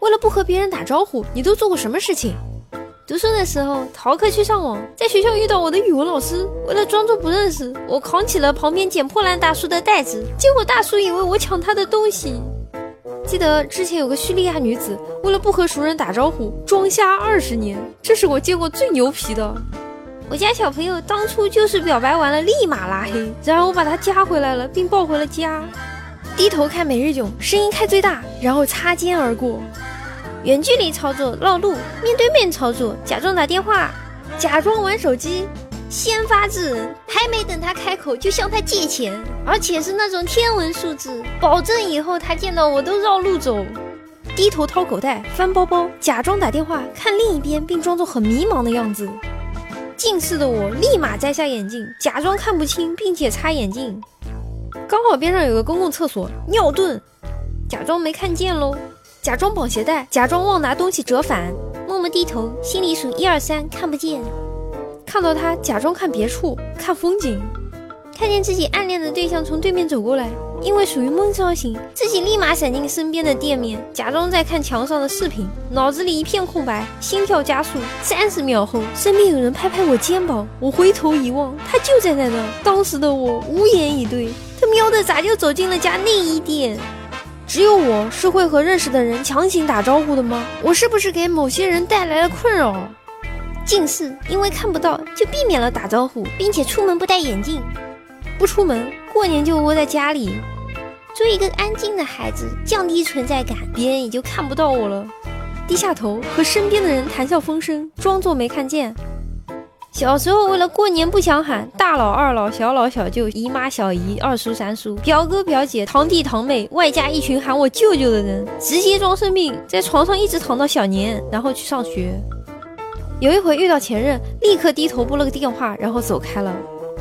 为了不和别人打招呼，你都做过什么事情？读书的时候逃课去上网，在学校遇到我的语文老师，为了装作不认识，我扛起了旁边捡破烂大叔的袋子，结果大叔以为我抢他的东西。记得之前有个叙利亚女子，为了不和熟人打招呼，装瞎二十年，这是我见过最牛皮的。我家小朋友当初就是表白完了立马拉黑，然而我把他加回来了，并抱回了家。低头看每日囧，声音开最大，然后擦肩而过。远距离操作绕路，面对面操作假装打电话，假装玩手机。先发制人，还没等他开口就向他借钱，而且是那种天文数字，保证以后他见到我都绕路走。低头掏口袋、翻包包，假装打电话，看另一边，并装作很迷茫的样子。近视的我立马摘下眼镜，假装看不清，并且擦眼镜。刚好边上有个公共厕所，尿遁，假装没看见喽，假装绑鞋带，假装忘拿东西折返，默默低头，心里数一二三，看不见。看到他，假装看别处，看风景，看见自己暗恋的对象从对面走过来，因为属于闷骚型，自己立马闪进身边的店面，假装在看墙上的视频，脑子里一片空白，心跳加速。三十秒后，身边有人拍拍我肩膀，我回头一望，他就站在那儿。当时的我无言以对，他喵的咋就走进了家内衣店？只有我是会和认识的人强行打招呼的吗？我是不是给某些人带来了困扰？近视，因为看不到，就避免了打招呼，并且出门不戴眼镜，不出门，过年就窝在家里，做一个安静的孩子，降低存在感，别人也就看不到我了。低下头和身边的人谈笑风生，装作没看见。小时候为了过年不想喊大佬、二老、小老、小舅、姨妈、小姨、二叔、三叔、表哥、表姐、堂弟、堂妹，外加一群喊我舅舅的人，直接装生病，在床上一直躺到小年，然后去上学。有一回遇到前任，立刻低头拨了个电话，然后走开了。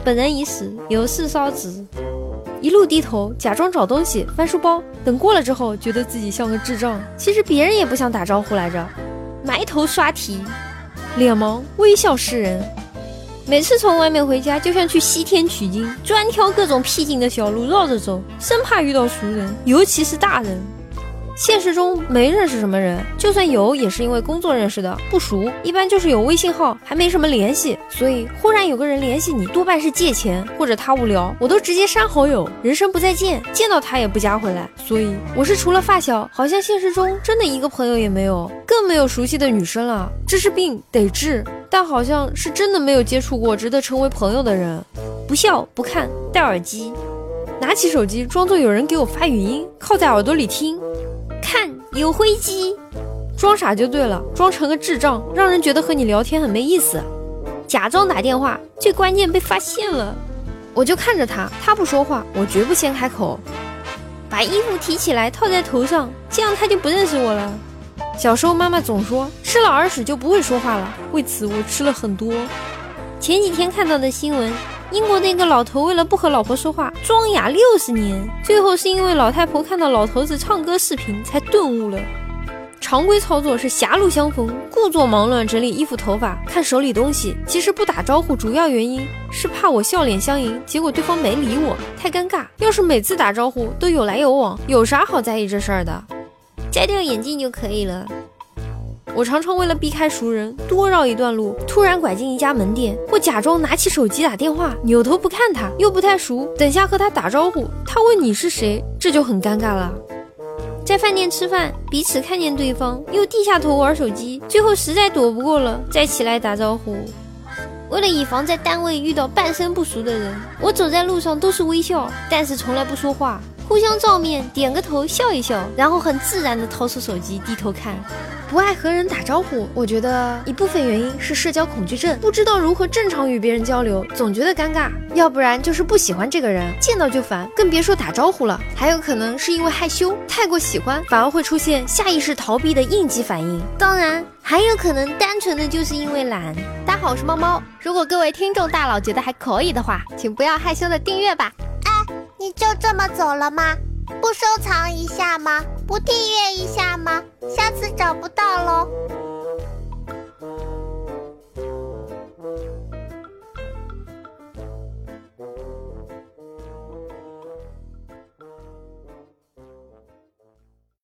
本人已死，有事烧纸。一路低头，假装找东西，翻书包。等过了之后，觉得自己像个智障。其实别人也不想打招呼来着。埋头刷题，脸盲，微笑示人。每次从外面回家，就像去西天取经，专挑各种僻静的小路绕着走，生怕遇到熟人，尤其是大人。现实中没认识什么人，就算有，也是因为工作认识的，不熟，一般就是有微信号，还没什么联系，所以忽然有个人联系你，多半是借钱或者他无聊，我都直接删好友，人生不再见，见到他也不加回来。所以我是除了发小，好像现实中真的一个朋友也没有，更没有熟悉的女生了。这是病，得治，但好像是真的没有接触过值得成为朋友的人。不笑不看，戴耳机，拿起手机装作有人给我发语音，靠在耳朵里听。看有灰机，装傻就对了，装成个智障，让人觉得和你聊天很没意思。假装打电话，最关键被发现了，我就看着他，他不说话，我绝不先开口。把衣服提起来套在头上，这样他就不认识我了。小时候妈妈总说吃了耳屎就不会说话了，为此我吃了很多。前几天看到的新闻，英国那个老头为了不和老婆说话，装哑六十年，最后是因为老太婆看到老头子唱歌视频才顿悟了。常规操作是狭路相逢，故作忙乱整理衣服、头发，看手里东西。其实不打招呼，主要原因是怕我笑脸相迎，结果对方没理我，太尴尬。要是每次打招呼都有来有往，有啥好在意这事儿的？摘掉眼镜就可以了。我常常为了避开熟人，多绕一段路，突然拐进一家门店，或假装拿起手机打电话，扭头不看他，又不太熟，等下和他打招呼，他问你是谁，这就很尴尬了。在饭店吃饭，彼此看见对方，又低下头玩手机，最后实在躲不过了，再起来打招呼。为了以防在单位遇到半生不熟的人，我走在路上都是微笑，但是从来不说话，互相照面，点个头，笑一笑，然后很自然地掏出手机，低头看。不爱和人打招呼，我觉得一部分原因是社交恐惧症，不知道如何正常与别人交流，总觉得尴尬；要不然就是不喜欢这个人，见到就烦，更别说打招呼了。还有可能是因为害羞，太过喜欢，反而会出现下意识逃避的应激反应。当然，还有可能单纯的就是因为懒。大家好，我是猫猫。如果各位听众大佬觉得还可以的话，请不要害羞的订阅吧。你就这么走了吗？不收藏一下吗？不订阅一下吗？下次找不到喽。